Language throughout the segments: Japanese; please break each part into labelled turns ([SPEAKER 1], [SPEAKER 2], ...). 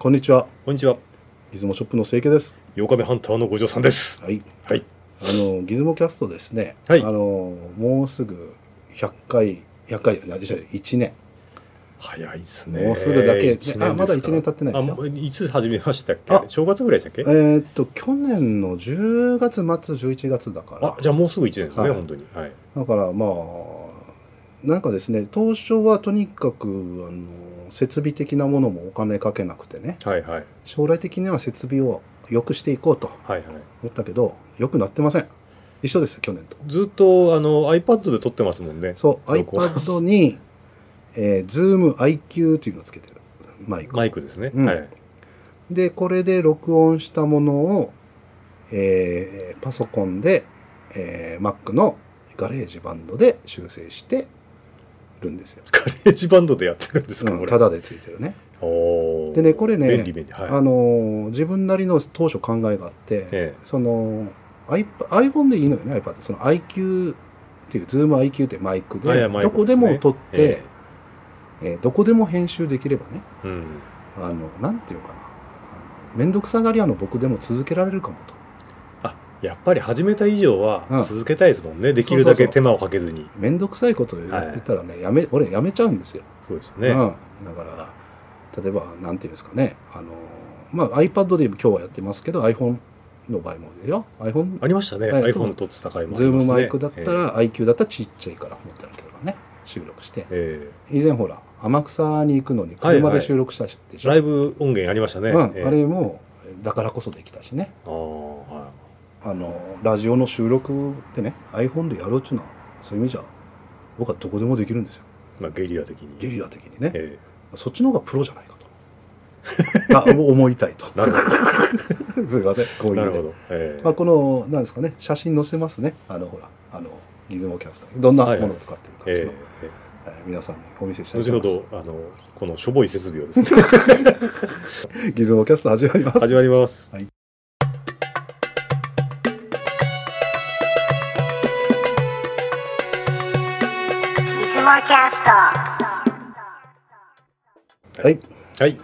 [SPEAKER 1] こんにちは。
[SPEAKER 2] こんにちは。
[SPEAKER 1] ギズモショップの清家です。
[SPEAKER 2] 八日目ハンターの五条さんです。
[SPEAKER 1] はい。
[SPEAKER 2] はい。
[SPEAKER 1] あのギズモキャストですね。
[SPEAKER 2] はい
[SPEAKER 1] あのもうすぐ100回100回いや実際1年。
[SPEAKER 2] 早いですね。
[SPEAKER 1] もうすぐだけ
[SPEAKER 2] 一年です
[SPEAKER 1] あまだ一年経ってないですよ
[SPEAKER 2] あもういつ始めましたっけ
[SPEAKER 1] あ
[SPEAKER 2] 正月ぐらいでした
[SPEAKER 1] え
[SPEAKER 2] っけ
[SPEAKER 1] ーっと去年の10月末11月だから
[SPEAKER 2] あ、じゃあもうすぐ一年ですね、
[SPEAKER 1] はい
[SPEAKER 2] 本当に。はい。
[SPEAKER 1] だからまあなんかですね当初はとにかくあの設備的なものもお金かけなくてね
[SPEAKER 2] はいはい。
[SPEAKER 1] 将来的には設備を良くしていこうと
[SPEAKER 2] はいはい。
[SPEAKER 1] 思ったけど良くなってません一緒です去年と
[SPEAKER 2] ずっと、あの、iPad で撮ってますもんね。
[SPEAKER 1] そう
[SPEAKER 2] どこ
[SPEAKER 1] iPad に、えー、ZoomIQ というのをつけてるマイク
[SPEAKER 2] マイクですね。
[SPEAKER 1] うん
[SPEAKER 2] はい。
[SPEAKER 1] でこれで録音したものを、えーパソコンで、えー Mac のガレージバンドで修正してるんですよ、
[SPEAKER 2] ガレージバンドでやってるんですか、
[SPEAKER 1] う
[SPEAKER 2] こ
[SPEAKER 1] ん、
[SPEAKER 2] れ。
[SPEAKER 1] ただでついてるね
[SPEAKER 2] おー
[SPEAKER 1] でねこれね
[SPEAKER 2] 便利便利。はい。
[SPEAKER 1] あのー自分なりの当初考えがあって、
[SPEAKER 2] ええ
[SPEAKER 1] その iP- iPhone でいいのよね iPad その IQ っていう ZoomIQ ってマイクで
[SPEAKER 2] あいやマイ
[SPEAKER 1] ど
[SPEAKER 2] ク
[SPEAKER 1] こで
[SPEAKER 2] です
[SPEAKER 1] も
[SPEAKER 2] ね
[SPEAKER 1] 撮って、
[SPEAKER 2] え
[SPEAKER 1] えーどこでも編集できればね
[SPEAKER 2] えうん。
[SPEAKER 1] あのなんていうのかなあの面倒くさがり屋の僕でも続けられるかもと
[SPEAKER 2] あ、やっぱり始めた以上は
[SPEAKER 1] うん
[SPEAKER 2] 続けたいですもんね。できる
[SPEAKER 1] そう
[SPEAKER 2] だ
[SPEAKER 1] そう
[SPEAKER 2] け
[SPEAKER 1] そう
[SPEAKER 2] 手間をかけずに。
[SPEAKER 1] 面倒くさいことをやってたらね、やめ俺やめちゃうんですよ、
[SPEAKER 2] そうですよ
[SPEAKER 1] う
[SPEAKER 2] ね。
[SPEAKER 1] ん、だから例えばなんていうんですかねあの、まあ、iPad で今日はやってますけど iPhone の場合もだよ iPhone
[SPEAKER 2] ありましたね。
[SPEAKER 1] はい
[SPEAKER 2] iPhone で撮ってた回もあ
[SPEAKER 1] ズー
[SPEAKER 2] ります
[SPEAKER 1] ム
[SPEAKER 2] ね。
[SPEAKER 1] マイクだった
[SPEAKER 2] ええ
[SPEAKER 1] ら、IQ だったらちっちゃいから持ってなければね収録して
[SPEAKER 2] ええ
[SPEAKER 1] 以前ほら天草に行くのに
[SPEAKER 2] はい
[SPEAKER 1] 車
[SPEAKER 2] はい
[SPEAKER 1] で収録したでしょ、
[SPEAKER 2] ライブ音源ありましたね。え
[SPEAKER 1] う
[SPEAKER 2] え
[SPEAKER 1] ん、あれもだからこそできたしね
[SPEAKER 2] ああ、は
[SPEAKER 1] あのラジオの収録でね iPhone でやろうっちゅうのはそういう意味じゃ僕はどこでもできるんですよ
[SPEAKER 2] い。まあ、ゲリラ的に。
[SPEAKER 1] ゲリラ的にね
[SPEAKER 2] え
[SPEAKER 1] そっちの方がプロじゃないかと あ思いたいと
[SPEAKER 2] えなるほ
[SPEAKER 1] すいませんこうい
[SPEAKER 2] ど。
[SPEAKER 1] う
[SPEAKER 2] な
[SPEAKER 1] ね
[SPEAKER 2] るほど。ええ
[SPEAKER 1] まあ、このなんですかね写真載せますねあのほらあのギズモキャスターにどんなものを使ってるか、
[SPEAKER 2] え
[SPEAKER 1] そ
[SPEAKER 2] え
[SPEAKER 1] の
[SPEAKER 2] え
[SPEAKER 1] えー皆さんにお見せし
[SPEAKER 2] え
[SPEAKER 1] たい
[SPEAKER 2] 後
[SPEAKER 1] と思
[SPEAKER 2] ほ
[SPEAKER 1] います
[SPEAKER 2] ど、あの、このしょぼい設備をです ね、
[SPEAKER 1] ギズモキャスト始まります
[SPEAKER 2] 始まります。
[SPEAKER 3] いつもキャスト
[SPEAKER 1] はい
[SPEAKER 2] はい。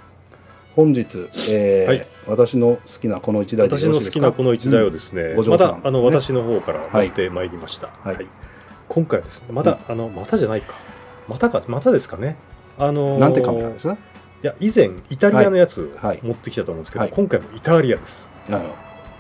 [SPEAKER 1] 本日、えー
[SPEAKER 2] はい
[SPEAKER 1] 私の好きなこの一台で
[SPEAKER 2] 私
[SPEAKER 1] よろ
[SPEAKER 2] の
[SPEAKER 1] しい
[SPEAKER 2] 好
[SPEAKER 1] です
[SPEAKER 2] き
[SPEAKER 1] か
[SPEAKER 2] なこの一台をですね、
[SPEAKER 1] うんご
[SPEAKER 2] ま
[SPEAKER 1] 嬢さん
[SPEAKER 2] た、あの、
[SPEAKER 1] ね
[SPEAKER 2] 私の方から
[SPEAKER 1] はい
[SPEAKER 2] 持ってまいりました。
[SPEAKER 1] はい
[SPEAKER 2] 今回はですね、また、あの、またじゃないか。またか、またですかね。あのー
[SPEAKER 1] なんてカメラですか
[SPEAKER 2] いや、以前、イタリアのやつ
[SPEAKER 1] はい
[SPEAKER 2] を持ってきたと思うんですけど、
[SPEAKER 1] はい
[SPEAKER 2] 今回もイタリアです。
[SPEAKER 1] あ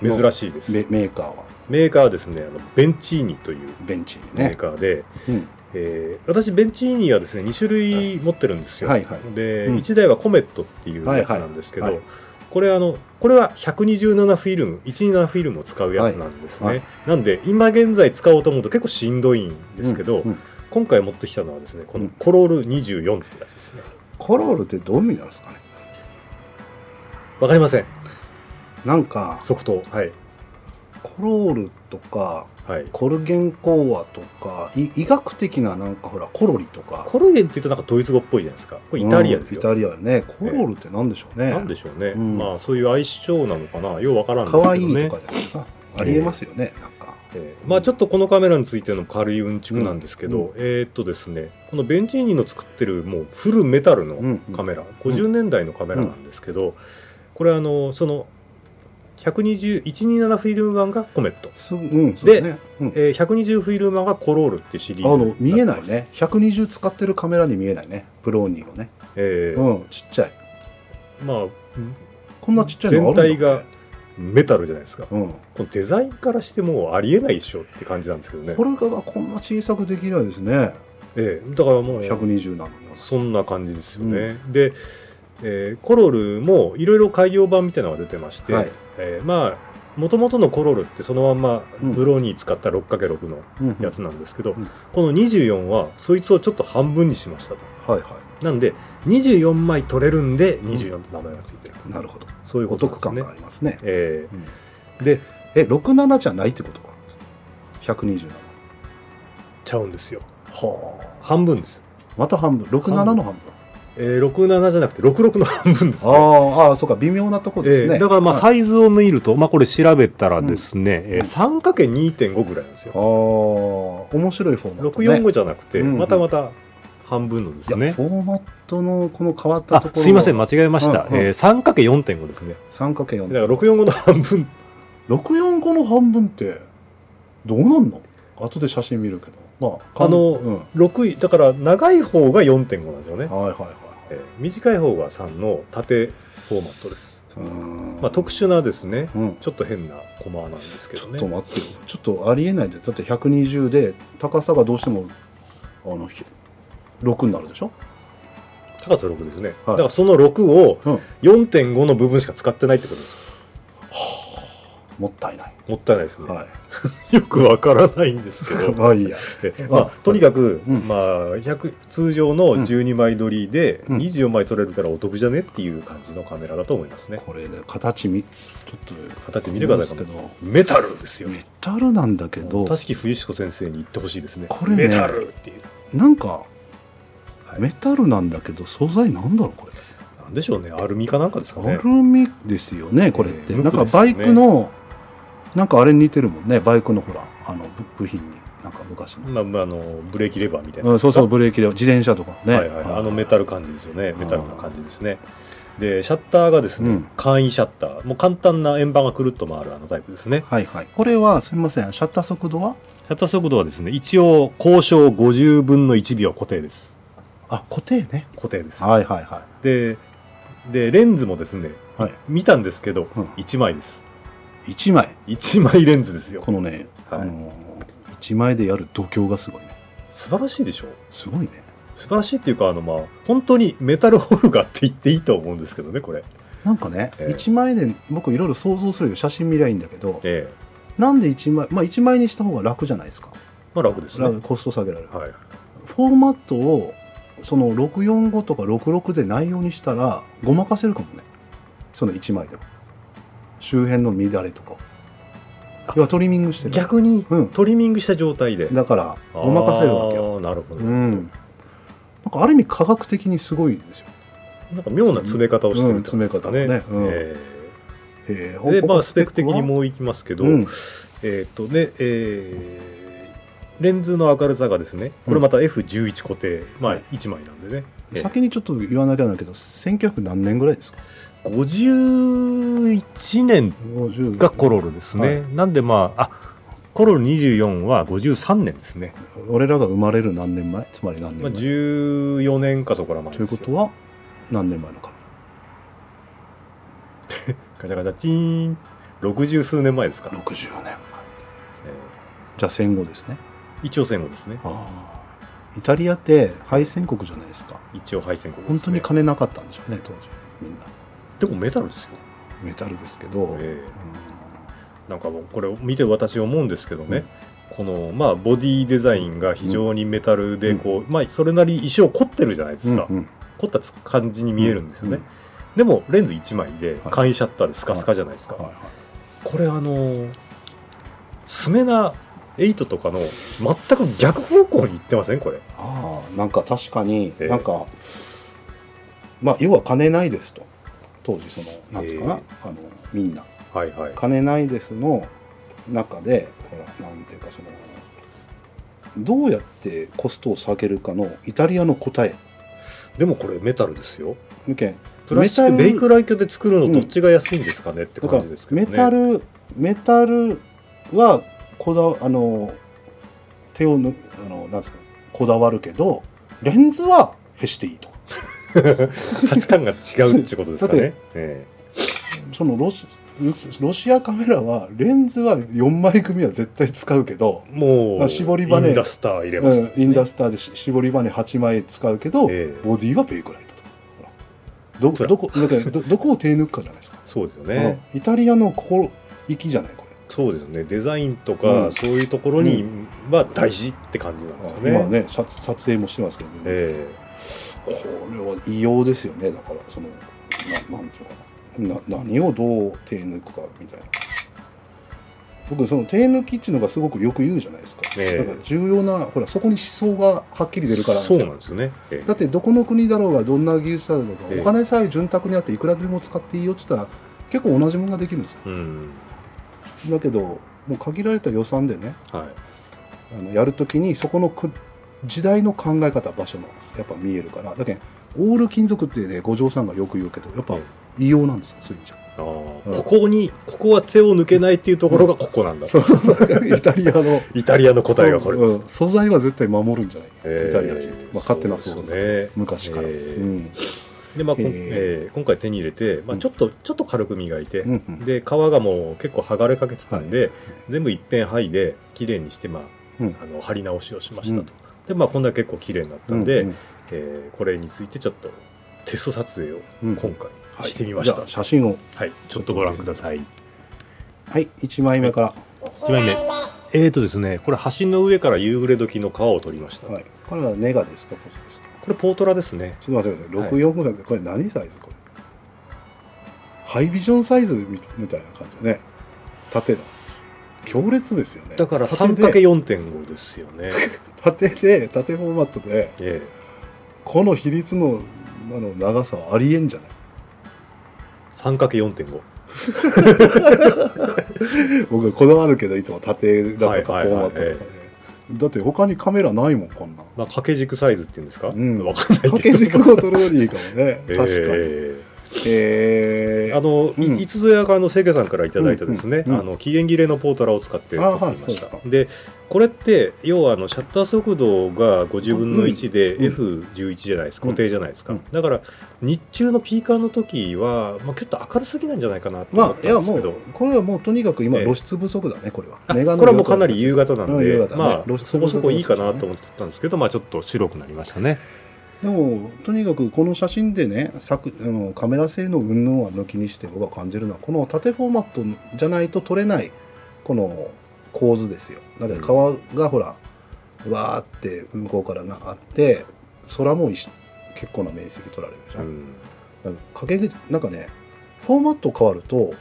[SPEAKER 1] の
[SPEAKER 2] 珍しいです。
[SPEAKER 1] メメーカーは
[SPEAKER 2] メーカーはですね、あのベンチーニという
[SPEAKER 1] ベンチに
[SPEAKER 2] メ
[SPEAKER 1] ね
[SPEAKER 2] ーカーで、
[SPEAKER 1] うん
[SPEAKER 2] えー私ベンチーニはですね2種類持ってるんですよ、
[SPEAKER 1] はいはい
[SPEAKER 2] で、
[SPEAKER 1] うん
[SPEAKER 2] 1台はコメットっていうやつなんですけど、
[SPEAKER 1] はいはい
[SPEAKER 2] これあのこれは127フィルム127フィルムを使うやつなんですね、
[SPEAKER 1] はいは
[SPEAKER 2] なんで今現在使おうと思うと結構しんどいんですけど、
[SPEAKER 1] うんうん
[SPEAKER 2] 今回持ってきたのはですねこ
[SPEAKER 1] うん
[SPEAKER 2] のコロール24ってやつですね
[SPEAKER 1] コロールってどういう意味なんですかね
[SPEAKER 2] わかりません
[SPEAKER 1] なんか
[SPEAKER 2] 即答はい
[SPEAKER 1] コロールとか
[SPEAKER 2] はい
[SPEAKER 1] コルゲン講和とかい医学的ななんかほらコロリとか
[SPEAKER 2] コロゲンって言うとなんかドイツ語っぽいじゃないですかこれイタリアですよ、
[SPEAKER 1] うんイタリアねコロールってなんでしょうね、
[SPEAKER 2] なんでしょうね、
[SPEAKER 1] うん
[SPEAKER 2] まあそういう相性なのかなようわからんですけ
[SPEAKER 1] か
[SPEAKER 2] どね
[SPEAKER 1] わいいとかじゃないですかありえますよね、なんか
[SPEAKER 2] えーまあちょっとこのカメラについての軽いうんちくなんですけど、
[SPEAKER 1] うんうん
[SPEAKER 2] えーっとですねこのベンチーニの作ってるもうフルメタル
[SPEAKER 1] うんう
[SPEAKER 2] の
[SPEAKER 1] ん
[SPEAKER 2] カメラ、50年代のカメラなんですけど、これあのその120,127フィルム版がコメット、
[SPEAKER 1] すうんそうねうん
[SPEAKER 2] えー120フィルム版がコロールっていうシリーズ
[SPEAKER 1] あの見えない
[SPEAKER 2] にってます、
[SPEAKER 1] ね120使ってるカメラに見えないねプローニーはね、
[SPEAKER 2] えー
[SPEAKER 1] うんちっちゃい
[SPEAKER 2] まあ
[SPEAKER 1] こんなちっちゃいのある
[SPEAKER 2] 全
[SPEAKER 1] んだ
[SPEAKER 2] 体がメタルじゃないですか
[SPEAKER 1] うん
[SPEAKER 2] このデザインからしてもうありえないっしょって感じなんですけどね
[SPEAKER 1] これがこんな小さくできないですね
[SPEAKER 2] ええだからもう
[SPEAKER 1] 120なのに
[SPEAKER 2] そんな感じですよね。で、えーコロルもいろいろ改良版みたいなのが出てまして、
[SPEAKER 1] はい
[SPEAKER 2] えーまあもともとのコロルってそのまんま
[SPEAKER 1] うん
[SPEAKER 2] ブローニー使った 6×6 の
[SPEAKER 1] うんうん
[SPEAKER 2] やつなんですけど、
[SPEAKER 1] うん
[SPEAKER 2] この24はそいつをちょっと半分にしましたと。
[SPEAKER 1] はいは
[SPEAKER 2] なんで24枚取れるんで24って名前がついてると、
[SPEAKER 1] いなるほど
[SPEAKER 2] そういう
[SPEAKER 1] お
[SPEAKER 2] ことなん
[SPEAKER 1] 得
[SPEAKER 2] です
[SPEAKER 1] 感
[SPEAKER 2] ね
[SPEAKER 1] があ。りますね
[SPEAKER 2] え
[SPEAKER 1] うん
[SPEAKER 2] ーで
[SPEAKER 1] え67じゃないってことか127
[SPEAKER 2] ちゃうんですよ
[SPEAKER 1] は
[SPEAKER 2] 半分です、
[SPEAKER 1] あまた半分67の半分
[SPEAKER 2] えー、67じゃなくて66の半分ですね
[SPEAKER 1] ああああそうか微妙なとこですね、
[SPEAKER 2] ええだからまあ
[SPEAKER 1] はい
[SPEAKER 2] サイズを見ると、まあ、これ調べたらですね、ええ 3×2.5 ぐらいなんです
[SPEAKER 1] ああ
[SPEAKER 2] よ
[SPEAKER 1] 面白いフォーマット、ね、
[SPEAKER 2] 645じゃなくて、
[SPEAKER 1] うんうん
[SPEAKER 2] またまた半分ので
[SPEAKER 1] い
[SPEAKER 2] す
[SPEAKER 1] や、
[SPEAKER 2] ね。
[SPEAKER 1] フォーマットのこの変わった
[SPEAKER 2] あ
[SPEAKER 1] ところ
[SPEAKER 2] すいません、間違えました。
[SPEAKER 1] うんうん
[SPEAKER 2] えー、3×4.5 ですね。だから
[SPEAKER 1] 3×4
[SPEAKER 2] 645の半分。
[SPEAKER 1] 64個の半分ってどうなんの後で写真見るけどまあ
[SPEAKER 2] あの
[SPEAKER 1] うん、はい
[SPEAKER 2] 6位、だから長い方が4.5なんですよね。
[SPEAKER 1] はいはい
[SPEAKER 2] えー短い方が3の縦フォーマットです。
[SPEAKER 1] うーん
[SPEAKER 2] まあ、特殊なですね、
[SPEAKER 1] うん
[SPEAKER 2] ちょっと変なコマなんですけ
[SPEAKER 1] ち
[SPEAKER 2] ど
[SPEAKER 1] ょっ
[SPEAKER 2] ね。
[SPEAKER 1] と待ってよちょっとありえないでだって120で高さがどうしてもあのひ6になるでしょ
[SPEAKER 2] 高さ6ですね、
[SPEAKER 1] はい
[SPEAKER 2] だからその6を
[SPEAKER 1] うん
[SPEAKER 2] 4.5の部分しか使ってないってことです
[SPEAKER 1] もったいない
[SPEAKER 2] もったいないですね、
[SPEAKER 1] は
[SPEAKER 2] よくわからないんですけ
[SPEAKER 1] い
[SPEAKER 2] ど
[SPEAKER 1] まあいいや
[SPEAKER 2] え まあ、とにかく、
[SPEAKER 1] うん
[SPEAKER 2] まあ、100通常の12枚撮りで
[SPEAKER 1] うん
[SPEAKER 2] 24枚撮れるからお得じゃねっていう感じのカメラだと思いますね、
[SPEAKER 1] これね形見ちょっと
[SPEAKER 2] 形見てください
[SPEAKER 1] 思うんです
[SPEAKER 2] メタルです
[SPEAKER 1] け
[SPEAKER 2] よ
[SPEAKER 1] どメタルなんだけど
[SPEAKER 2] 田敷冬彦先生に言ってほしいですね
[SPEAKER 1] これね
[SPEAKER 2] メタルっていう、
[SPEAKER 1] なんか
[SPEAKER 2] はい
[SPEAKER 1] メタルなんだけど素材なんだろうこれ
[SPEAKER 2] なんでしょうねアルミかなんかですか
[SPEAKER 1] ア
[SPEAKER 2] ね
[SPEAKER 1] ルミですよねこれって、
[SPEAKER 2] えー
[SPEAKER 1] なんかバイクのなんかあれに似てるもんねバイクのほらあの部部品になんか昔の、
[SPEAKER 2] まあまあ、あのブレーキレバーみたいな
[SPEAKER 1] うん、そうそう
[SPEAKER 2] う
[SPEAKER 1] ブレーキで自転車とかね、
[SPEAKER 2] はいはい、あのメタル感じですよね
[SPEAKER 1] ん
[SPEAKER 2] メタルな感じですねでシャッターがですね、
[SPEAKER 1] うん
[SPEAKER 2] 簡易シャッターもう簡単な円盤がくるっと回るあのタイプですね
[SPEAKER 1] はいはいこれはすみませんシャッター速度は
[SPEAKER 2] シャッター速度はですね一応交渉50分の1秒固定です
[SPEAKER 1] あ固定ね
[SPEAKER 2] 固定です
[SPEAKER 1] はいはいは
[SPEAKER 2] ででレンズもですね、
[SPEAKER 1] はい
[SPEAKER 2] 見たんですけど、
[SPEAKER 1] うん
[SPEAKER 2] 1枚です
[SPEAKER 1] い1枚
[SPEAKER 2] 1枚レンズですよ
[SPEAKER 1] このね、
[SPEAKER 2] はい
[SPEAKER 1] あの1枚でやる度胸がすごいね
[SPEAKER 2] 素晴らしいでしょ
[SPEAKER 1] すごいね
[SPEAKER 2] 素晴らしいっていうかあのまあ本当にメタルホルガーって言っていいと思うんですけどねこれ
[SPEAKER 1] なんかね、
[SPEAKER 2] ええ
[SPEAKER 1] 1枚で僕いろいろ想像するよ写真見りゃいいんだけど、
[SPEAKER 2] ええ
[SPEAKER 1] なんで1枚まあ1枚にした方が楽じゃないですか
[SPEAKER 2] まあ楽ですね
[SPEAKER 1] 楽コスト下げられる、
[SPEAKER 2] はい
[SPEAKER 1] フォーマットをその645とか66で内容にしたらごまかせるかもねその1枚でも周辺の乱れとかを
[SPEAKER 2] あ
[SPEAKER 1] 要はトリミングしてる
[SPEAKER 2] 逆に
[SPEAKER 1] うん
[SPEAKER 2] トリミングした状態で
[SPEAKER 1] だからごまかせるわけよ
[SPEAKER 2] あーなるほど、
[SPEAKER 1] うんなんかある意味科学的にすごいですよ
[SPEAKER 2] なんか妙な詰め方をしてるってことですか
[SPEAKER 1] う
[SPEAKER 2] ね,、
[SPEAKER 1] ん詰め方ねうん
[SPEAKER 2] え
[SPEAKER 1] へ
[SPEAKER 2] ー
[SPEAKER 1] え
[SPEAKER 2] でまあスペック的にもういきますけど、
[SPEAKER 1] うん
[SPEAKER 2] えーっとねえーレンズの明るさがですねこれまた F11 固定、ま
[SPEAKER 1] は
[SPEAKER 2] あ
[SPEAKER 1] い
[SPEAKER 2] 1枚なんでね、えー
[SPEAKER 1] 先にちょっと言わなきゃなんだけど1900何年ぐらいですか
[SPEAKER 2] 51年
[SPEAKER 1] 50
[SPEAKER 2] がコロルですね、
[SPEAKER 1] はい
[SPEAKER 2] なんでまああコロル24は53年ですね、
[SPEAKER 1] 俺らが生まれる何年前つまり何
[SPEAKER 2] まあ、
[SPEAKER 1] 年前、
[SPEAKER 2] 14年かそこら前
[SPEAKER 1] という
[SPEAKER 2] です
[SPEAKER 1] こ
[SPEAKER 2] よ
[SPEAKER 1] とは何年前のか
[SPEAKER 2] ガチャガチャチーン60数年前ですから、
[SPEAKER 1] 60年前
[SPEAKER 2] え
[SPEAKER 1] じゃあ戦後ですね
[SPEAKER 2] ー一応戦後ですね
[SPEAKER 1] ああイタリアって敗戦国じゃないですか
[SPEAKER 2] 一応敗戦国です、ね、
[SPEAKER 1] 本当に金なかったんでしょうね当時みんな
[SPEAKER 2] でもメタルですよ、
[SPEAKER 1] メタルですけど、
[SPEAKER 2] えーなんかもうこれを見て私思うんですけどね、このまあボディデザインが非常にメタルで
[SPEAKER 1] うん
[SPEAKER 2] こう、まあ、それなり衣装凝ってるじゃないです
[SPEAKER 1] うん
[SPEAKER 2] か、
[SPEAKER 1] うんうん
[SPEAKER 2] 凝った感じに見えるんですよ
[SPEAKER 1] う
[SPEAKER 2] ね、
[SPEAKER 1] ん
[SPEAKER 2] でもレンズ1枚で
[SPEAKER 1] はい
[SPEAKER 2] 簡易シャッターでスカスカじゃないですか、
[SPEAKER 1] はいはい
[SPEAKER 2] これあのースメナ8とかの全く逆方向に行ってませんこれ
[SPEAKER 1] ああなんか確かに、
[SPEAKER 2] えー
[SPEAKER 1] なんかまあ要は金ないですと当時そのなんていうかな、
[SPEAKER 2] え
[SPEAKER 1] あのみんな
[SPEAKER 2] はいはい
[SPEAKER 1] 金ないですの中でほらなんていうかそのどうやってコストを下げるかのイタリアの答え
[SPEAKER 2] でもこれメタルですよ
[SPEAKER 1] 向け
[SPEAKER 2] プラスチックベイクライトで作るのどっちが安いんですかねって
[SPEAKER 1] だか
[SPEAKER 2] 感
[SPEAKER 1] ら
[SPEAKER 2] じですけどね
[SPEAKER 1] メタルメタルはこだわあの手をぬあのなんですかこだわるけどレンズはへしていいと
[SPEAKER 2] 価値観が違うってことですか
[SPEAKER 1] だ
[SPEAKER 2] ね
[SPEAKER 1] っ。
[SPEAKER 2] え
[SPEAKER 1] そのロシロシアカメラはレンズは4枚組は絶対使うけど、
[SPEAKER 2] えも
[SPEAKER 1] ま
[SPEAKER 2] う、
[SPEAKER 1] あ絞りバネ
[SPEAKER 2] インダスター入れ
[SPEAKER 1] う
[SPEAKER 2] ます、
[SPEAKER 1] ん、インダ
[SPEAKER 2] ス
[SPEAKER 1] スターでし絞りバネ8枚使うけど、
[SPEAKER 2] ええ
[SPEAKER 1] ボディはベイクライトとかほらど
[SPEAKER 2] プラ
[SPEAKER 1] どこだからどどこを手抜くかじゃないです か、
[SPEAKER 2] そうですよね、
[SPEAKER 1] うんイタリアの心意気じゃないこれ。
[SPEAKER 2] そうですね。デザインと
[SPEAKER 1] う
[SPEAKER 2] か、
[SPEAKER 1] ん
[SPEAKER 2] そういうところに
[SPEAKER 1] う
[SPEAKER 2] は大事って感じなんですよね。
[SPEAKER 1] 今はね撮撮影もしてますけど、ね
[SPEAKER 2] え
[SPEAKER 1] これは異様ですよねだからそのななんていうのかなな何をどう手抜くかみたいな僕その手抜きっていうのがすごくよく言うじゃないですか、
[SPEAKER 2] ええ
[SPEAKER 1] だから重要なほらそこに思想がはっきり
[SPEAKER 2] え
[SPEAKER 1] 出るからなんで
[SPEAKER 2] そ
[SPEAKER 1] す
[SPEAKER 2] う
[SPEAKER 1] よ
[SPEAKER 2] なんですよね。え
[SPEAKER 1] だってどこの国だろうがどんな技術者だろうが、
[SPEAKER 2] ええ
[SPEAKER 1] お金さえ潤沢にあっていくらでも使っていいよって言ったら結構同じものができるんですよ
[SPEAKER 2] えうん。
[SPEAKER 1] だけどもう限られた予算でね
[SPEAKER 2] はい。
[SPEAKER 1] あのやるときにそこのく時代の考え方場所のやっぱ見えるからだけんオール金属ってね五条さんがよく言うけどやっぱ
[SPEAKER 2] うん
[SPEAKER 1] 異様なんですよそういう意味じゃ
[SPEAKER 2] ああここにここは手を抜けないっていうところがここなんだ、
[SPEAKER 1] そうそうそうイタリアの
[SPEAKER 2] イタリアの答えがこれです
[SPEAKER 1] うん、素材は絶対守るんじゃない、
[SPEAKER 2] えー
[SPEAKER 1] イタリア人って、まあ、勝手なそうだ
[SPEAKER 2] そう
[SPEAKER 1] けど
[SPEAKER 2] ですね
[SPEAKER 1] 昔から、
[SPEAKER 2] えー
[SPEAKER 1] うん
[SPEAKER 2] でまあこん
[SPEAKER 1] へー
[SPEAKER 2] えー今回手に入れて、まあ、
[SPEAKER 1] うん
[SPEAKER 2] ちょっと、ちょっと軽く磨いて、
[SPEAKER 1] うんうん
[SPEAKER 2] で皮がもう結構剥がれかけてたんで、全部いっぺん剥いで綺麗にして、まあ、
[SPEAKER 1] うん
[SPEAKER 2] あの貼り直しをしましたと、でまあこんな結構綺麗になったんで、えーこれについてちょっとテスト撮影を
[SPEAKER 1] うん
[SPEAKER 2] 今
[SPEAKER 1] は
[SPEAKER 2] 回
[SPEAKER 1] い
[SPEAKER 2] してみました、
[SPEAKER 1] じゃ
[SPEAKER 2] は
[SPEAKER 1] あ
[SPEAKER 2] い
[SPEAKER 1] 写真を
[SPEAKER 2] ちょっとご覧ください
[SPEAKER 1] はい1枚目から、
[SPEAKER 3] 1
[SPEAKER 2] 1枚目えーとですねこれ橋の上から夕暮れ時の川を撮りました、
[SPEAKER 1] はい、これはネガですかこれですか
[SPEAKER 2] これポートラですね
[SPEAKER 1] ちょっと待ってください64分だけどこれ何サイズこれハイビジョンサイズみみたいな感じだね縦だ強烈ですよね
[SPEAKER 2] だから
[SPEAKER 1] 縦で
[SPEAKER 2] 3×4.5 ですよね、
[SPEAKER 1] 縦で縦フォーマットで
[SPEAKER 2] ええ
[SPEAKER 1] この比率のあの長さはありえんじゃない
[SPEAKER 2] 3×4.5
[SPEAKER 1] 僕はこだわるけどいつも縦だとかフ
[SPEAKER 2] は
[SPEAKER 1] ォー
[SPEAKER 2] いはい
[SPEAKER 1] マ
[SPEAKER 2] は
[SPEAKER 1] ッ
[SPEAKER 2] い
[SPEAKER 1] トとかね、だって他にカメラないもんこんなん
[SPEAKER 2] まあ掛け軸サイズっていうんですか、
[SPEAKER 1] うん
[SPEAKER 2] わ かんない
[SPEAKER 1] 掛
[SPEAKER 2] け
[SPEAKER 1] け
[SPEAKER 2] ど
[SPEAKER 1] 軸を取るよりいいかも ね確かに
[SPEAKER 2] え
[SPEAKER 1] え
[SPEAKER 2] え
[SPEAKER 1] ー
[SPEAKER 2] あの、い
[SPEAKER 1] うん
[SPEAKER 2] いつぞやかの清家さんからいただいたですね、
[SPEAKER 1] うんうんうん
[SPEAKER 2] あの期限切れのポートラを使って撮ってみまし
[SPEAKER 1] あはいそう
[SPEAKER 2] た
[SPEAKER 1] で
[SPEAKER 2] でこれって要はあのシャッター速度が50分の1で
[SPEAKER 1] うん
[SPEAKER 2] F11 じゃないですか、
[SPEAKER 1] うん
[SPEAKER 2] 固定じゃないですか、
[SPEAKER 1] うん
[SPEAKER 2] だから日中のピーカーの時は、まあ、ちょっと明るすぎなんじゃないかなと思っ
[SPEAKER 1] まあ
[SPEAKER 2] たん
[SPEAKER 1] い
[SPEAKER 2] で
[SPEAKER 1] や
[SPEAKER 2] す
[SPEAKER 1] も
[SPEAKER 2] けど、
[SPEAKER 1] うこれはもうとにかく今
[SPEAKER 2] ええ
[SPEAKER 1] 露出不足だねこれは、ネガの
[SPEAKER 2] これはもうかなり夕方なんで、
[SPEAKER 1] うん夕方ね
[SPEAKER 2] ま
[SPEAKER 1] 露
[SPEAKER 2] あ、
[SPEAKER 1] 出
[SPEAKER 2] そ
[SPEAKER 1] 不
[SPEAKER 2] こ
[SPEAKER 1] 足
[SPEAKER 2] そこいいかなと思って撮ったんですけど、まあ、ちょっと白くなりましたね。
[SPEAKER 1] でもとにかくこの写真でね作あのカメラ性の云々は抜きにして僕が感じるのはこの縦フォーマットじゃないと撮れないこの構図ですよだから川がほら、わーって向こうからなあって空も一緒結構な面積撮られるじゃ、
[SPEAKER 2] うんん
[SPEAKER 1] なんかかけなんかねフォーマット変わると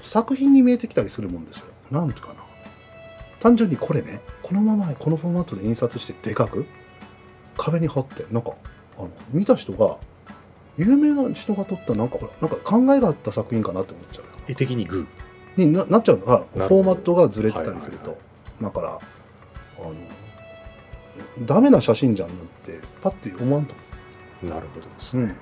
[SPEAKER 1] 作品に見えてきたりするもんですよなんていうかな単純にこれねこのままこのフォーマットで印刷してでかく壁に貼ってなんかあの見た人が有名な人が撮ったなんかほらなんか考えがあった作品かなって思っちゃう
[SPEAKER 2] 絵的にグー。
[SPEAKER 1] にななっちゃうのがフ
[SPEAKER 2] ほ
[SPEAKER 1] ォ
[SPEAKER 2] ど
[SPEAKER 1] ーマットがずれてたりすると、
[SPEAKER 2] はい
[SPEAKER 1] だからあのダメな写真じゃんなってパッて思わんと思
[SPEAKER 2] なるほどです
[SPEAKER 1] う、
[SPEAKER 2] ね。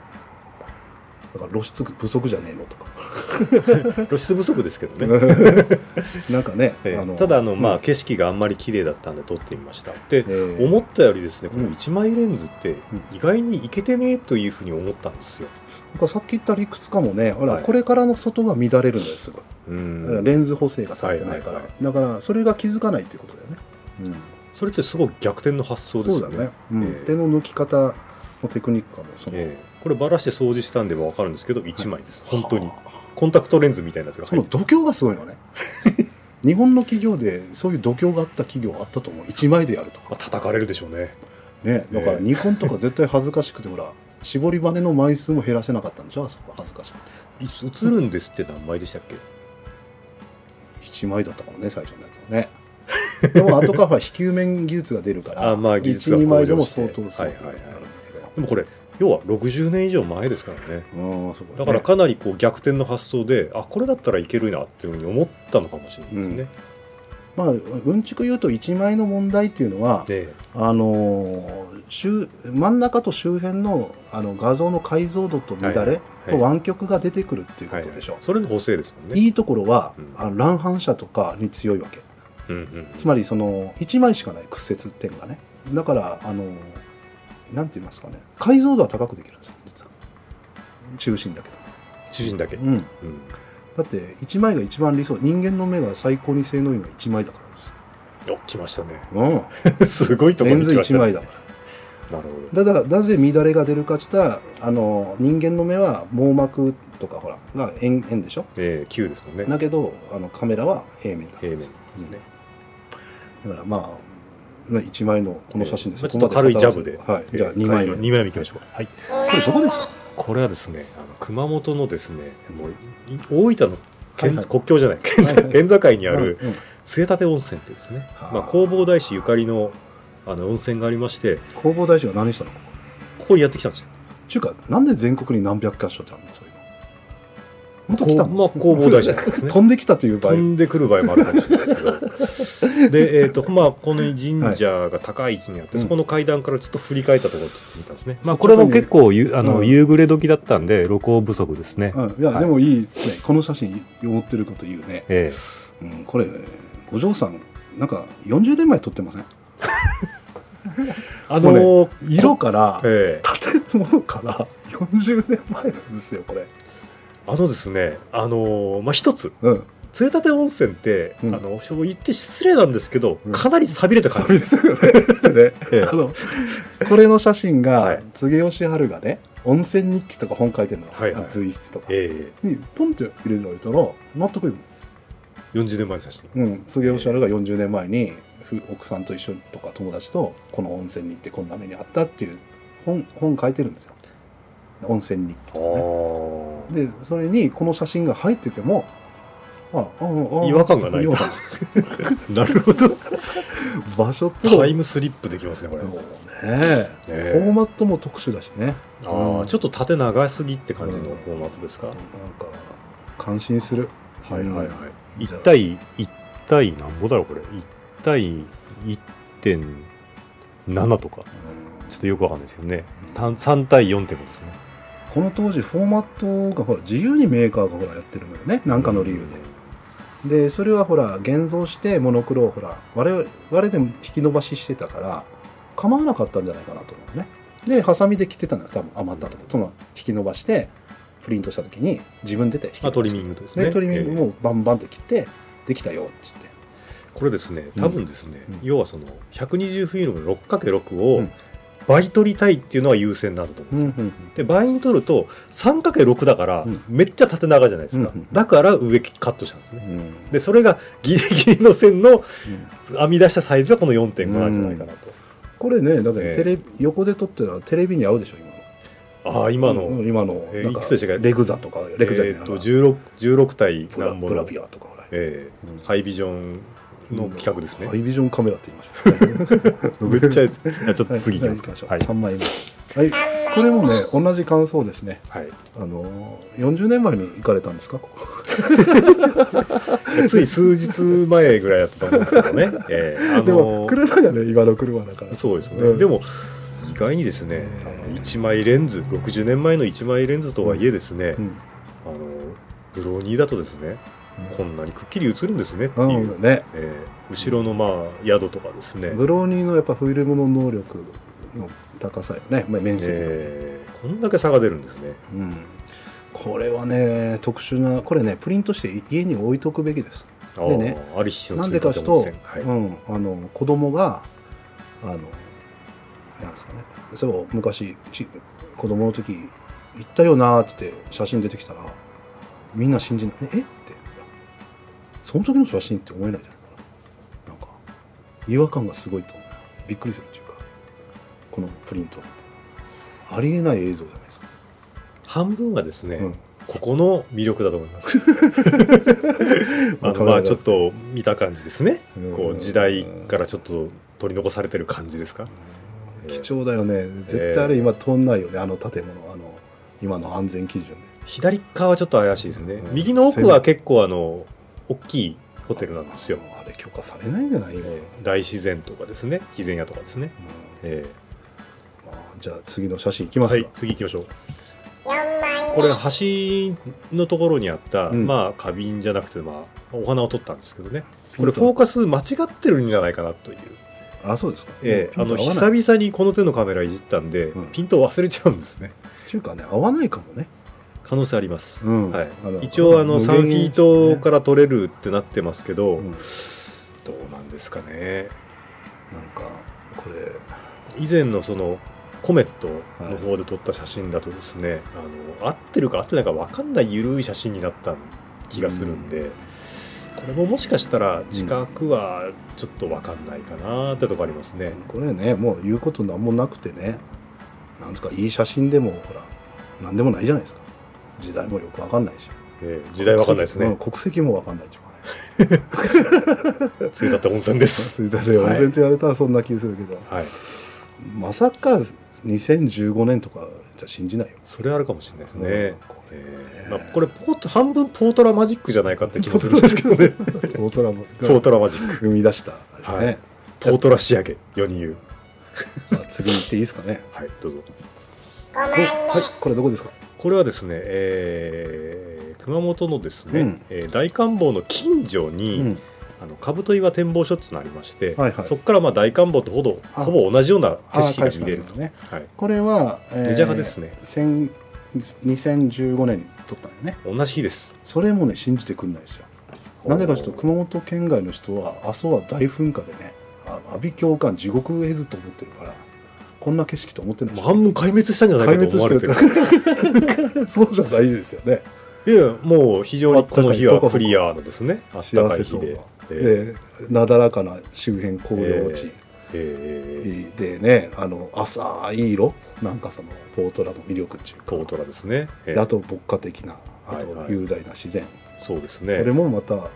[SPEAKER 1] だから露出不足じゃねえのとか
[SPEAKER 2] 露出不足ですけどね。
[SPEAKER 1] なんかね、
[SPEAKER 2] ええただあの、
[SPEAKER 1] う
[SPEAKER 2] まあ、
[SPEAKER 1] ん
[SPEAKER 2] 景色があんまり綺麗だったんで撮ってみましたで、
[SPEAKER 1] えー
[SPEAKER 2] 思ったよりですねこの
[SPEAKER 1] うん
[SPEAKER 2] 1枚レンズって
[SPEAKER 1] ん
[SPEAKER 2] 意外にいけてねえというふうに思ったんですよ。
[SPEAKER 1] なんかさっき言った理屈かもね、ほら
[SPEAKER 2] はい
[SPEAKER 1] これからの外が乱れるんですごい、
[SPEAKER 2] うん
[SPEAKER 1] レンズ補正がされてないから、
[SPEAKER 2] はいはい
[SPEAKER 1] だからそれが気づかないっていうことだよね。
[SPEAKER 2] それってすごい逆転の発想です
[SPEAKER 1] そう
[SPEAKER 2] よ
[SPEAKER 1] だ
[SPEAKER 2] ね。
[SPEAKER 1] ね、うん
[SPEAKER 2] ええ
[SPEAKER 1] 手の抜き方のテクニックかも、その、
[SPEAKER 2] ええこれバラして掃除したんで分かるんですけど1枚です、本当に
[SPEAKER 1] はあ
[SPEAKER 2] コンタクトレンズみたいなやつが
[SPEAKER 1] そ
[SPEAKER 2] 入っ
[SPEAKER 1] の度
[SPEAKER 2] て
[SPEAKER 1] 胸がすごいよ ね。日本の企業でそういう度胸があった企業あったと思う、1枚でやるとか、
[SPEAKER 2] まあ叩かれるでしょうね。
[SPEAKER 1] ね、だから
[SPEAKER 2] ええ
[SPEAKER 1] ニコンとか絶対恥ずかしくて、ほら、絞りバネの枚数も減らせなかったんでしょ、あそこは恥ずかしくて。
[SPEAKER 2] い映るんですって何枚でしたっけ
[SPEAKER 1] 1枚だったかもね最初のやつはねでも後からは非球面技術が出るから
[SPEAKER 2] あまあ技術が向
[SPEAKER 1] 12
[SPEAKER 2] 上
[SPEAKER 1] 枚でも
[SPEAKER 2] して
[SPEAKER 1] 相当相当
[SPEAKER 2] は
[SPEAKER 1] に
[SPEAKER 2] いはいはい
[SPEAKER 1] なるんだけど、
[SPEAKER 2] でもこれ要は60年以上前ですからね。
[SPEAKER 1] うんすごいね
[SPEAKER 2] だからかなりこう逆転の発想であこれだったらいけるなっていうふうに思ったのかもしれないですね。
[SPEAKER 1] まあうんちく言うと1枚の問題っていうのは
[SPEAKER 2] で
[SPEAKER 1] あのー周真ん中と周辺のあの画像の解像度と乱
[SPEAKER 2] はいはい
[SPEAKER 1] れと湾曲が出てくるっていうことでしょ、
[SPEAKER 2] はいはいそれの補正ですもん
[SPEAKER 1] い
[SPEAKER 2] ね
[SPEAKER 1] い、ところは、
[SPEAKER 2] うん
[SPEAKER 1] あの乱反射とかに強いわけ
[SPEAKER 2] うんうん
[SPEAKER 1] つまりその1枚しかない屈折点がねだからあのなんて言いますかね解像度は高くできるんですよ実は中心だけど、
[SPEAKER 2] 主人だけ、
[SPEAKER 1] うん、
[SPEAKER 2] うん
[SPEAKER 1] だって1枚が一番理想人間の目が最高に性能いいのは1枚だからです
[SPEAKER 2] お来ました ね
[SPEAKER 1] よ、
[SPEAKER 2] すごいと
[SPEAKER 1] うん、
[SPEAKER 2] こ
[SPEAKER 1] レ
[SPEAKER 2] ろ
[SPEAKER 1] ンズ
[SPEAKER 2] に来ました
[SPEAKER 1] 1枚
[SPEAKER 2] ね
[SPEAKER 1] だか
[SPEAKER 2] なるほ
[SPEAKER 1] ら
[SPEAKER 2] ど
[SPEAKER 1] だからなぜ乱れが出るかって言ったらあの人間の目は網膜とかほらが円円でしょ
[SPEAKER 2] えー、9ですもんね
[SPEAKER 1] だけどあのカメラは平面だから
[SPEAKER 2] 平面
[SPEAKER 1] で
[SPEAKER 2] ですすね、
[SPEAKER 1] だからまあ1枚のこの写真で
[SPEAKER 2] えー
[SPEAKER 1] す、
[SPEAKER 2] まあちょっと軽いジャブで、
[SPEAKER 1] はい、じゃあ
[SPEAKER 2] えー
[SPEAKER 1] 2枚目
[SPEAKER 2] 軽い二枚目いきましょうはい
[SPEAKER 1] これどこですか
[SPEAKER 2] これはですねあの熊本のですねもうい大分の県、
[SPEAKER 1] はいはい
[SPEAKER 2] 国境じゃない県,、
[SPEAKER 1] はいはい
[SPEAKER 2] 県境にあ
[SPEAKER 1] うん
[SPEAKER 2] る
[SPEAKER 1] うん
[SPEAKER 2] 杖立温泉ってですね、
[SPEAKER 1] はあ
[SPEAKER 2] まあ、弘法大師ゆかりのあの温泉がありまして
[SPEAKER 1] 工房大使が何したのか
[SPEAKER 2] ここにやってきたんですよ
[SPEAKER 1] ちゅうかなんで全国に何百箇所ってあるのそういうのもっと来たの、
[SPEAKER 2] まあ、工房大師なんです ね
[SPEAKER 1] 飛んできたという場合
[SPEAKER 2] 飛んでくる場合もあるかもしれないですけ どで、えーとまあ、この神社が高い位置にあって、
[SPEAKER 1] はい
[SPEAKER 2] そこの階段からちょっと振り返ったところと見たんですね、
[SPEAKER 4] まあ、これも結構ゆあ
[SPEAKER 1] う
[SPEAKER 4] の
[SPEAKER 1] ん
[SPEAKER 4] 夕暮れ時だったんで、露光不足ですね。
[SPEAKER 1] うん、いや、
[SPEAKER 4] はい
[SPEAKER 1] でもいい、ね、この写真思ってること言うね、
[SPEAKER 4] え
[SPEAKER 1] うん、これ五条さんなんか40年前撮ってません
[SPEAKER 2] あのー
[SPEAKER 1] これね色から
[SPEAKER 2] ええ
[SPEAKER 1] 建物から40年前なんですよこれ、
[SPEAKER 2] あのですねあのーまあ一つ
[SPEAKER 1] うん、
[SPEAKER 2] 杖立温泉って、
[SPEAKER 1] うん
[SPEAKER 2] あの言って失礼なんですけど、
[SPEAKER 1] うん
[SPEAKER 2] かなり寂れた感
[SPEAKER 1] サー
[SPEAKER 2] じ
[SPEAKER 1] ビ
[SPEAKER 2] です、
[SPEAKER 1] スよねでね
[SPEAKER 2] ええ
[SPEAKER 1] あのこれの写真が、
[SPEAKER 2] はい
[SPEAKER 1] 柘植義春がね温泉日記とか本書いてるの、
[SPEAKER 2] はいはい
[SPEAKER 1] 随筆とか、
[SPEAKER 2] え
[SPEAKER 1] にポンって入れられたら納得いく
[SPEAKER 2] え40年前の写真
[SPEAKER 1] もん、うん、柘植義春が40年前にふ奥さんと一緒にとか友達とこの温泉に行ってこんな目にあったっていう本本書いてるんですよ温泉日記
[SPEAKER 2] あ
[SPEAKER 1] とかね
[SPEAKER 2] ー
[SPEAKER 1] でそれにこの写真が入っててもああああ
[SPEAKER 2] 違和感がない
[SPEAKER 1] 違
[SPEAKER 2] と
[SPEAKER 1] 和感
[SPEAKER 2] なるほど
[SPEAKER 1] 場所と
[SPEAKER 2] タイ
[SPEAKER 1] ね
[SPEAKER 2] ムスリップできますねこれ、
[SPEAKER 1] え
[SPEAKER 2] え
[SPEAKER 1] フォー
[SPEAKER 2] え
[SPEAKER 1] マットも特殊だしね
[SPEAKER 2] ああちょっと縦長すぎって感じ
[SPEAKER 1] う
[SPEAKER 2] の
[SPEAKER 1] ん
[SPEAKER 2] フォーマットですか、
[SPEAKER 1] なんか感心する
[SPEAKER 2] はいはいはい、
[SPEAKER 4] え一対、一対、なんぼだろう、これ。一対1.7とか。
[SPEAKER 1] うん
[SPEAKER 4] ちょっとよくわかんないですよね。3, 3対4ってことですよね。
[SPEAKER 1] この当時フォーマットがほら自由にメーカーがほらやってるのよね何かの理由ででそれはほら現像してモノクロをほら我々我々でも引き伸ばししてたから構わなかったんじゃないかなと思うねでハサミで切ってたのよ多分余ったとかその引き伸ばしてプリントした時に自分でて引き
[SPEAKER 2] ま
[SPEAKER 1] 伸
[SPEAKER 2] あ、ト
[SPEAKER 1] ば
[SPEAKER 2] リ
[SPEAKER 1] して
[SPEAKER 2] ミングですね
[SPEAKER 1] でトリミング
[SPEAKER 2] ええ
[SPEAKER 1] もバンバンって切ってできたよっつって
[SPEAKER 2] これですね
[SPEAKER 1] うん
[SPEAKER 2] 多分ですね、
[SPEAKER 1] うん
[SPEAKER 2] 要はその120フィルムの 6×6 を
[SPEAKER 1] うん
[SPEAKER 2] 倍取りたいっていうのは優先なんだと思うんですよ、
[SPEAKER 1] ん
[SPEAKER 2] で倍に取ると 3×6 だから
[SPEAKER 1] うん
[SPEAKER 2] めっちゃ縦長じゃないですか、
[SPEAKER 1] うんうん
[SPEAKER 2] だから上カットしたんですね
[SPEAKER 1] うん
[SPEAKER 2] でそれがギリギリの線の編み出したサイズがこの4.5なんじゃないかなと、
[SPEAKER 1] これねだって
[SPEAKER 2] ええ
[SPEAKER 1] テレビ、横で撮ってたらテレビに合うでしょ今の
[SPEAKER 2] ああ今の、
[SPEAKER 1] うん今の
[SPEAKER 2] えー
[SPEAKER 1] なん
[SPEAKER 2] い
[SPEAKER 1] か
[SPEAKER 2] くつでしたっけ
[SPEAKER 1] レグザとかレグザ
[SPEAKER 2] え
[SPEAKER 1] じゃな
[SPEAKER 2] ーっ
[SPEAKER 1] い
[SPEAKER 2] と
[SPEAKER 1] な
[SPEAKER 2] 16, 16対
[SPEAKER 1] プラ
[SPEAKER 2] 何
[SPEAKER 1] プ
[SPEAKER 2] 本
[SPEAKER 1] ラ
[SPEAKER 2] の、
[SPEAKER 1] ビアとかほら
[SPEAKER 2] ええ
[SPEAKER 1] うん
[SPEAKER 2] ハイビジョンの企画ですね、
[SPEAKER 1] ハイビジョンカメラって言いましょう
[SPEAKER 4] めっちゃやつ。いやちょっと次いきますか。
[SPEAKER 1] は、
[SPEAKER 4] はいい。
[SPEAKER 1] 3枚目はいこれもね同じ感想ですね
[SPEAKER 2] はい
[SPEAKER 1] あのー40年前に行かれたんですかここ
[SPEAKER 2] つい数日前ぐらいだったと思うんですけどね、 ええあの
[SPEAKER 1] でも車がね今の車だから
[SPEAKER 2] そうですよね、
[SPEAKER 1] うん
[SPEAKER 2] でも意外にですね、
[SPEAKER 1] うん
[SPEAKER 2] あの1枚レンズ60年前の1枚レンズとはいえですね、
[SPEAKER 1] うん、
[SPEAKER 2] あのブローニーだとですねこんなにくっきり映るんですねって
[SPEAKER 1] う
[SPEAKER 2] い
[SPEAKER 1] ん
[SPEAKER 2] う、
[SPEAKER 1] うんね
[SPEAKER 2] えー後ろのまあ宿とかですね、
[SPEAKER 1] ブローニーのやっぱフィルムの能力の高さよね、まあ、面積、
[SPEAKER 2] えーこんだけ差が出るんですね
[SPEAKER 1] うん、これはね特殊なこれねプリントして家に置いとくべきです
[SPEAKER 2] あー
[SPEAKER 1] でね
[SPEAKER 2] ありひしの
[SPEAKER 1] なん
[SPEAKER 2] 追
[SPEAKER 1] で
[SPEAKER 2] 加
[SPEAKER 1] か
[SPEAKER 2] 点
[SPEAKER 1] し
[SPEAKER 2] 温
[SPEAKER 1] と
[SPEAKER 2] 泉、はい
[SPEAKER 1] うん、あの子供があのなんですかねそう昔ち子供の時行ったよなーっつって写真出てきたらみんな信じない「ええっ?」てその時の写真って思えないじゃないかななんか違和感がすごいと思うびっくりするっていうかこのプリントありえない映像じゃないですか、
[SPEAKER 2] 半分はですね、
[SPEAKER 1] うん
[SPEAKER 2] ここの魅力だと思います。 あ
[SPEAKER 1] わか
[SPEAKER 2] の
[SPEAKER 1] る
[SPEAKER 2] まあちょっと見た感じですね
[SPEAKER 1] うん。
[SPEAKER 2] こう時代からちょっと取り残されてる感じですか。
[SPEAKER 1] 貴重だよね絶対あれ今通んないよねあの建物あの今の安全基準で
[SPEAKER 2] 左側はちょっと怪しいですね
[SPEAKER 1] う。ん
[SPEAKER 2] 右の奥は結構あの大きいホテルなんですよ。
[SPEAKER 1] あれ許可されないんじゃないよ、
[SPEAKER 2] えー大自然とかですね、肥前屋とかですね。え
[SPEAKER 1] まあじゃあ次の写真いき
[SPEAKER 2] ー
[SPEAKER 1] ます
[SPEAKER 2] は
[SPEAKER 1] か、
[SPEAKER 2] い、次行きましょう。
[SPEAKER 3] 4枚
[SPEAKER 2] これ
[SPEAKER 3] 目
[SPEAKER 2] 橋のところにあった、
[SPEAKER 1] うん
[SPEAKER 2] まあ花瓶じゃなくてまあお花を取ったんですけどね。
[SPEAKER 1] ピ
[SPEAKER 2] こ
[SPEAKER 1] ン
[SPEAKER 2] れ
[SPEAKER 1] と
[SPEAKER 2] フォーカス間違ってるんじゃないかなという。
[SPEAKER 1] あそうですか、
[SPEAKER 2] ええ、
[SPEAKER 1] う
[SPEAKER 2] あ
[SPEAKER 1] んピン
[SPEAKER 2] の
[SPEAKER 1] と合わな
[SPEAKER 2] 久
[SPEAKER 1] い
[SPEAKER 2] 々にこの手のカメラいじったんで、
[SPEAKER 1] うん
[SPEAKER 2] ピント忘れちゃうんですね
[SPEAKER 1] っていうかね合わないかもね、
[SPEAKER 2] 可能性あります、
[SPEAKER 1] うん
[SPEAKER 2] はい
[SPEAKER 1] あの、
[SPEAKER 2] 一応あの
[SPEAKER 1] 無
[SPEAKER 2] 3
[SPEAKER 1] 限
[SPEAKER 2] フィートから取れるってなってますけど、
[SPEAKER 1] うんなん
[SPEAKER 2] どうなんですかね
[SPEAKER 1] かこれ
[SPEAKER 2] 以前のそのコメットの方で撮った写真だとですね、あの合ってるか合ってないか分かんない緩い写真になった気がするんで、
[SPEAKER 1] うん
[SPEAKER 2] これももしかしたら近くはちょっと分かんないかなってとこありますね、
[SPEAKER 1] これねもう言うことなんもなくてねなんとかいい写真でもほらなんでもないじゃないですか時代もよくわかんないし
[SPEAKER 2] ええ時代分かんないです
[SPEAKER 1] う
[SPEAKER 2] ね
[SPEAKER 1] ん国籍もわかんないっていうかね
[SPEAKER 2] ついたって温泉です
[SPEAKER 1] すいません温泉って言われたらそんな気するけど、
[SPEAKER 2] はい
[SPEAKER 1] まさか2015年とかじゃ信じないよ
[SPEAKER 2] それあるかもしれないです
[SPEAKER 1] う
[SPEAKER 2] ね、
[SPEAKER 1] んこ
[SPEAKER 2] えーまあ、これポート半分ポートラマジックじゃないかって気もするんです けどね
[SPEAKER 1] 大人も
[SPEAKER 2] ポートラマジック
[SPEAKER 1] 生み出したあれね、
[SPEAKER 2] ポートラ仕上げ4人言う
[SPEAKER 1] まあ次に行っていいですかね
[SPEAKER 2] はいどうぞ
[SPEAKER 3] 5枚
[SPEAKER 1] お
[SPEAKER 3] 目
[SPEAKER 1] はいこれどこですか
[SPEAKER 2] これはですね、えー熊本のですね、
[SPEAKER 1] うん
[SPEAKER 2] えー大観望の近所
[SPEAKER 1] う
[SPEAKER 2] に、
[SPEAKER 1] ん
[SPEAKER 2] あの兜岩展望所っていうのがありまして、
[SPEAKER 1] はいはい
[SPEAKER 2] そこからまあ大観望とほど
[SPEAKER 1] あ
[SPEAKER 2] ほぼ同じような景色が見れる
[SPEAKER 1] あ
[SPEAKER 2] と、
[SPEAKER 1] ーね
[SPEAKER 2] はい、
[SPEAKER 1] これは、えー
[SPEAKER 2] メジャーですね、
[SPEAKER 1] 千2015年に撮ったんよね
[SPEAKER 2] 同じ日です
[SPEAKER 1] それもね信じてくんないですよなぜかちょっと熊本県外の人は阿蘇は大噴火でねあ阿鼻教官地獄絵図と思ってるからこんな景色と思ってない
[SPEAKER 2] も
[SPEAKER 1] で
[SPEAKER 2] う
[SPEAKER 1] しょ
[SPEAKER 2] 半分壊滅したんじゃないかと思われてる
[SPEAKER 1] る そうじゃないですよね
[SPEAKER 2] いやもう非 常にこの日
[SPEAKER 1] あったか
[SPEAKER 2] はいクリアーのですねあったかい日で
[SPEAKER 1] 幸
[SPEAKER 2] えー
[SPEAKER 1] でなだらかな周辺紅葉地、
[SPEAKER 2] えー
[SPEAKER 1] でねあの浅い色なんかそのポートラの魅力っていうか
[SPEAKER 2] ポートラですね、えー
[SPEAKER 1] であと牧歌的なあと
[SPEAKER 2] はいはい
[SPEAKER 1] 雄大な自然、
[SPEAKER 2] そうです
[SPEAKER 1] これ
[SPEAKER 2] ね
[SPEAKER 1] もまた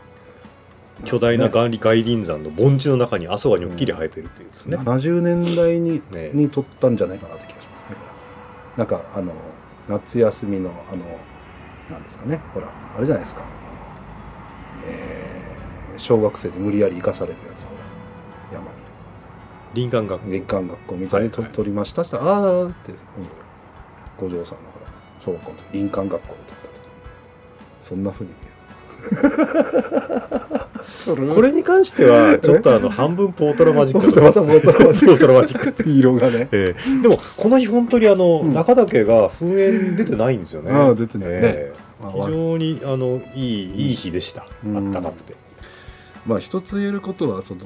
[SPEAKER 2] 巨大な
[SPEAKER 1] ね
[SPEAKER 2] 外外輪山の盆地の中に阿蘇がにょっきり生えてるっていうですね、
[SPEAKER 1] 70年代に,、
[SPEAKER 2] ね
[SPEAKER 1] に撮ったんじゃないかなって気がしますね。なんかあの夏休みのあのなんですかねほらあれじゃないですか、えー小学生で無理やり生かされるやつほら山
[SPEAKER 2] 林間学校
[SPEAKER 1] に林間学校みたいにと
[SPEAKER 2] はいはい
[SPEAKER 1] 撮りましたしたらああって、うん五条さんのほら小学校の時林間学校で撮ったとそんなふうに見 える
[SPEAKER 2] これに関してはちょっとあ の半分ポートラマジックだと思い
[SPEAKER 1] ま
[SPEAKER 2] ま
[SPEAKER 1] たボ
[SPEAKER 2] す
[SPEAKER 1] トルマジ
[SPEAKER 2] ポートラマジック、
[SPEAKER 1] ック色がね
[SPEAKER 2] えーでもこの日本当にあの、
[SPEAKER 1] うん
[SPEAKER 2] 中岳が噴煙出てないんですよね
[SPEAKER 1] ああ出てないね
[SPEAKER 2] えー
[SPEAKER 1] まあ
[SPEAKER 2] 非常にあのいいいい日でした、
[SPEAKER 1] うん
[SPEAKER 2] あったかくて
[SPEAKER 1] まあ一つ言えることはその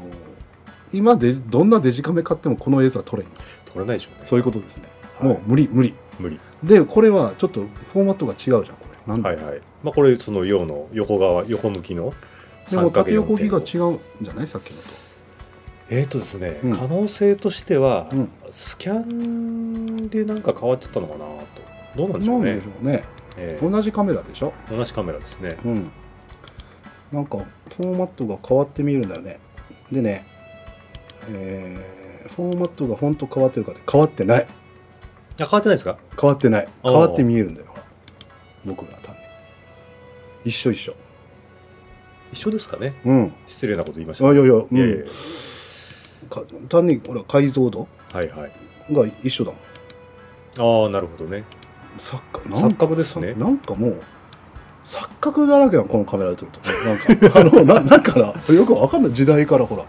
[SPEAKER 1] 今でどんなデジカメ買ってもこの映像は撮れん
[SPEAKER 2] 取れないでしょうね
[SPEAKER 1] そういうことですね、
[SPEAKER 2] はい
[SPEAKER 1] もう無理無理
[SPEAKER 2] 無理
[SPEAKER 1] でこれはちょっとフォーマットが違うじゃんこれなんで、
[SPEAKER 2] はいはいまあこれその陽の横側横向きの
[SPEAKER 1] でも縦横比が
[SPEAKER 2] 3×4.5
[SPEAKER 1] 違うんじゃないさっきのと
[SPEAKER 2] えっ、とですね、
[SPEAKER 1] うん
[SPEAKER 2] 可能性としては、
[SPEAKER 1] うん
[SPEAKER 2] スキャンでなんか変わっちゃったのかなとどうなんでしょう
[SPEAKER 1] な
[SPEAKER 2] ね
[SPEAKER 1] んでしょうね
[SPEAKER 2] ええ
[SPEAKER 1] 同じカメラでしょ
[SPEAKER 2] 同じカメラですね
[SPEAKER 1] うんなんかフォーマットが変わって見えるんだよねでねえーフォーマットが本当変わってるかって変わってない
[SPEAKER 2] あ変わってないですか
[SPEAKER 1] 変わってない
[SPEAKER 2] あー
[SPEAKER 1] 変わって見えるんだよ僕が単に一緒一緒
[SPEAKER 2] 一緒ですかね
[SPEAKER 1] うん
[SPEAKER 2] 失礼なこと言いました
[SPEAKER 1] あいやいや、うん
[SPEAKER 2] いやいやいや
[SPEAKER 1] か単にほら解像度
[SPEAKER 2] はいはい
[SPEAKER 1] が一緒だもん
[SPEAKER 2] ああなるほどね
[SPEAKER 1] 錯覚
[SPEAKER 2] 錯覚ですね
[SPEAKER 1] さなんかもう錯覚だらけなのこのカメラで撮るとなんかあのななんかなよくわかんない時代からほら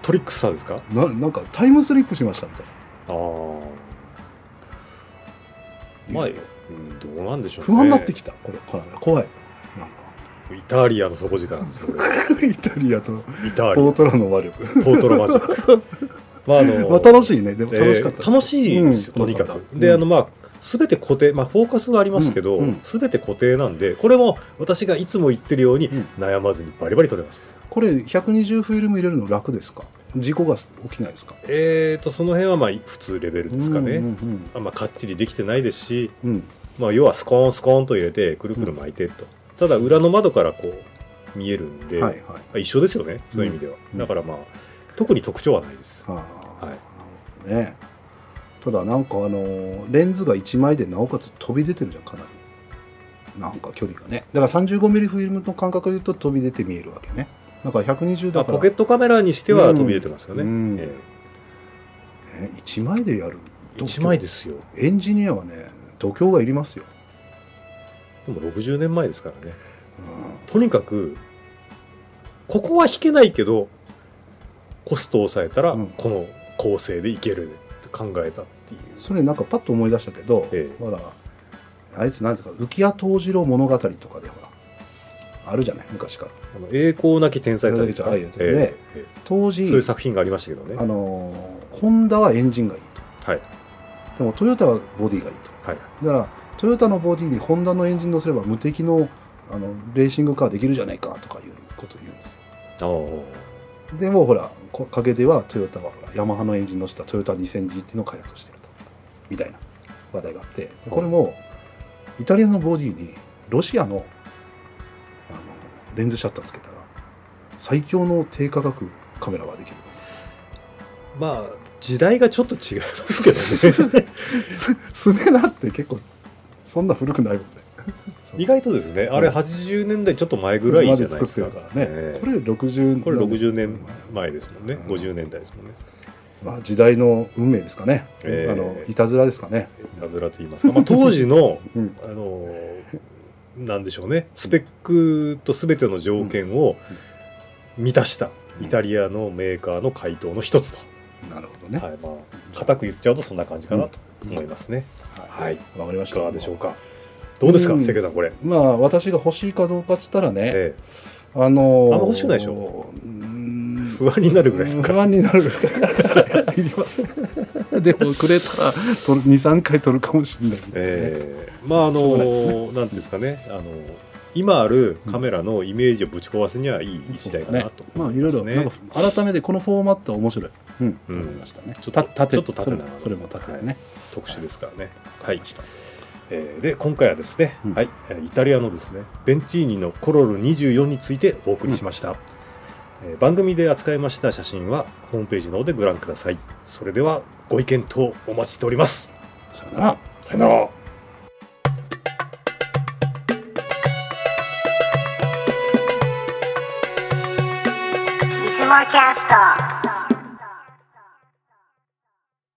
[SPEAKER 2] トリックスターですか
[SPEAKER 1] ななんかタイムスリップしましたみたい
[SPEAKER 2] ああ
[SPEAKER 1] な、
[SPEAKER 2] まあ、うん、どうなんでしょうね
[SPEAKER 1] 不安になってきたこれカメラ怖いなんか
[SPEAKER 2] イタリアの底力なんですよ これ
[SPEAKER 1] イタリアと
[SPEAKER 2] イタリ
[SPEAKER 1] ポー
[SPEAKER 2] ア
[SPEAKER 1] トラの魔力
[SPEAKER 2] ポートロマジック まああの
[SPEAKER 1] まあ楽しいねでも楽しかった
[SPEAKER 2] えー楽しいですよ、
[SPEAKER 1] うん
[SPEAKER 2] とにか
[SPEAKER 1] 楽しか
[SPEAKER 2] く。
[SPEAKER 1] った
[SPEAKER 2] で、
[SPEAKER 1] うん
[SPEAKER 2] あの、まあ、すべて固定、まあ、フォーカスはありますけど
[SPEAKER 1] うんうん、
[SPEAKER 2] すべ、て固定なんで、これも私がいつも言ってるように、
[SPEAKER 1] うん
[SPEAKER 2] 悩まずにバリバリ取れます。
[SPEAKER 1] これ120フィルム入れるの楽ですか事故が起きないですか
[SPEAKER 2] えーと、その辺は、まあ、普通レベルですかね。
[SPEAKER 1] うんうん
[SPEAKER 2] まあ、かっちりできてないですし、
[SPEAKER 1] うんうん
[SPEAKER 2] まあ、要はスコーンスコーンと入れて、くるくる巻いてと。ただ、裏の窓からこう、見えるんで、
[SPEAKER 1] はいはい
[SPEAKER 2] まあ一緒ですよね、そういう意味では。
[SPEAKER 1] うん
[SPEAKER 2] だから、まあ、特に特徴はないです。
[SPEAKER 1] ああ、
[SPEAKER 2] はい
[SPEAKER 1] なるほどねただなんかあのーレンズが1枚でなおかつ飛び出てるじゃんかなりなんか距離がねだから 35mm フィルムの感覚で言うと飛び出て見えるわけねだから120だ
[SPEAKER 2] まあ
[SPEAKER 1] か
[SPEAKER 2] ポ
[SPEAKER 1] ら、
[SPEAKER 2] ケ
[SPEAKER 1] ね
[SPEAKER 2] ッ、トカメラにしては飛び出てますよね。
[SPEAKER 1] うん
[SPEAKER 2] え
[SPEAKER 1] 1枚でやる
[SPEAKER 2] え一枚
[SPEAKER 1] で
[SPEAKER 2] ですよ。
[SPEAKER 1] エンジニアはね度胸がいりますよ、
[SPEAKER 2] でも60年前ですからね。
[SPEAKER 1] う
[SPEAKER 2] とにかくここは引けないけどコストを抑えたら
[SPEAKER 1] うん、
[SPEAKER 2] この構成でいけるって考えたっていうん
[SPEAKER 1] それなんかパッと思い出したけど、
[SPEAKER 2] ええ
[SPEAKER 1] ほらあいつなんていうか浮谷藤次郎物語とかでほらあるじゃない昔から
[SPEAKER 2] あの栄光なき天才たちですか
[SPEAKER 1] ああいうやつね
[SPEAKER 2] えええ
[SPEAKER 1] 当
[SPEAKER 2] え
[SPEAKER 1] 時
[SPEAKER 2] そういう作品がありましたけどね
[SPEAKER 1] あのーホンダはエンジンがいいと
[SPEAKER 2] はい
[SPEAKER 1] でもトヨタはボディがいいと。
[SPEAKER 2] はい
[SPEAKER 1] だからトヨタのボディにホンダのエンジン乗せれば無敵のあのレーシングカーできるじゃないかとかいうことを言うんですよ。
[SPEAKER 2] あ
[SPEAKER 1] でもほらこ陰ではトヨタはほらヤマハのエンジン乗せたトヨタ 2000G っていうのを開発をしてるとみたいな話題があってこれもイタリアのボディにロシアのあのレンズシャッターつけたら最強の低価格カメラができる。
[SPEAKER 2] あまあ時代がちょっと違いますけどね
[SPEAKER 1] すスメナって結構そんな古くないもんね
[SPEAKER 2] 意外とですねあれ80年代ちょっと前ぐらいじゃ
[SPEAKER 1] まで
[SPEAKER 2] ないで
[SPEAKER 1] 作っ
[SPEAKER 2] す
[SPEAKER 1] て
[SPEAKER 2] か
[SPEAKER 1] るからね、
[SPEAKER 2] ええ
[SPEAKER 1] これ60
[SPEAKER 2] これ60年前ですもんね50年代ですもんね
[SPEAKER 1] まあ、時代の運命ですかね、
[SPEAKER 2] ええ
[SPEAKER 1] あのいたずらですかね
[SPEAKER 2] なずらと言いますか、まあ、当時の、
[SPEAKER 1] うん
[SPEAKER 2] あのなんでしょうねスペックと全ての条件を満たしたイタリアのメーカーの回答の一つと、
[SPEAKER 1] なるほどね
[SPEAKER 2] はいまあ固く言っちゃうとそんな感じかなと思いますね、はい
[SPEAKER 1] わかりま
[SPEAKER 2] い
[SPEAKER 1] した
[SPEAKER 2] かがでしょうかどうですか
[SPEAKER 1] うん
[SPEAKER 2] 関さんこれ、
[SPEAKER 1] まあ私が欲しいかどうかっつったらね、
[SPEAKER 2] ええ
[SPEAKER 1] あのー
[SPEAKER 2] あんま欲しくないでし
[SPEAKER 1] ょ
[SPEAKER 2] 不安になるぐらいですか
[SPEAKER 1] 不安になるい りませんでもくれたら23回取るかもしれない、
[SPEAKER 2] ええまああのなんていうんですかねあの今あるカメラのイメージをぶち壊すにはいい一台かなと
[SPEAKER 1] ま
[SPEAKER 2] 思
[SPEAKER 1] あい
[SPEAKER 2] ま
[SPEAKER 1] ろい
[SPEAKER 2] す
[SPEAKER 1] ろなんか改めてこのフォーマットは面白い、うん
[SPEAKER 2] うん
[SPEAKER 1] と思いましたね
[SPEAKER 2] ちょっと
[SPEAKER 1] た縦
[SPEAKER 2] ちょっと縦
[SPEAKER 1] それ
[SPEAKER 2] な
[SPEAKER 1] もそれも縦でね、
[SPEAKER 2] 特殊ですからね。はい。えーで今回はですね、
[SPEAKER 1] うん
[SPEAKER 2] はい、えーイタリアのですねベンチーニのコロル24についてお送りしました、えー番組で扱いました写真はホームページの方でご覧くださいそれではご意見等お待ちしております
[SPEAKER 1] さよなら
[SPEAKER 2] さよなら
[SPEAKER 3] いつもキャスト